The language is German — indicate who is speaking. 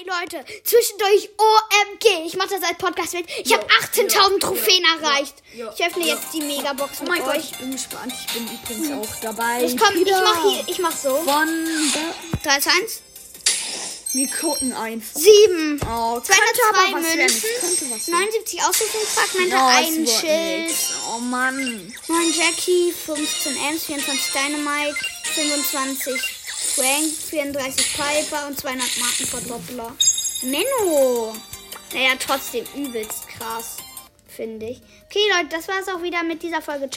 Speaker 1: Leute, zwischendurch OMG. Ich mache das als Podcast mit. Ich
Speaker 2: Jo,
Speaker 1: habe 18.000
Speaker 2: jo,
Speaker 1: Trophäen
Speaker 2: jo,
Speaker 1: erreicht.
Speaker 2: jo,
Speaker 1: Ich öffne
Speaker 2: jo.
Speaker 1: jetzt die Megabox
Speaker 2: Oh
Speaker 1: mit
Speaker 2: mein Gott,
Speaker 1: euch.
Speaker 2: ich bin gespannt. Ich bin übrigens auch dabei.
Speaker 1: Hm. Ich komm, ich
Speaker 2: Wieder
Speaker 1: mach hier, ich mach so.
Speaker 2: Von
Speaker 1: 3 zu 1.
Speaker 2: wir gucken einfach.
Speaker 1: 7.
Speaker 2: Oh, könnte
Speaker 1: 202
Speaker 2: aber was werden. Könnte
Speaker 1: Münzen.
Speaker 2: was werden.
Speaker 1: 79 Ausrufungsfragmente,
Speaker 2: Ja, es
Speaker 1: ein
Speaker 2: wurde
Speaker 1: Schild.
Speaker 2: nix. Oh Mann.
Speaker 1: 9 Jackie, 15 Ems, 24 Dynamite, 25 Frank, 34 Piper und 200 Marken Verdoppler. Menno! Naja, trotzdem übelst krass, finde ich. Okay, Leute, das war's auch wieder mit dieser Folge. Ciao.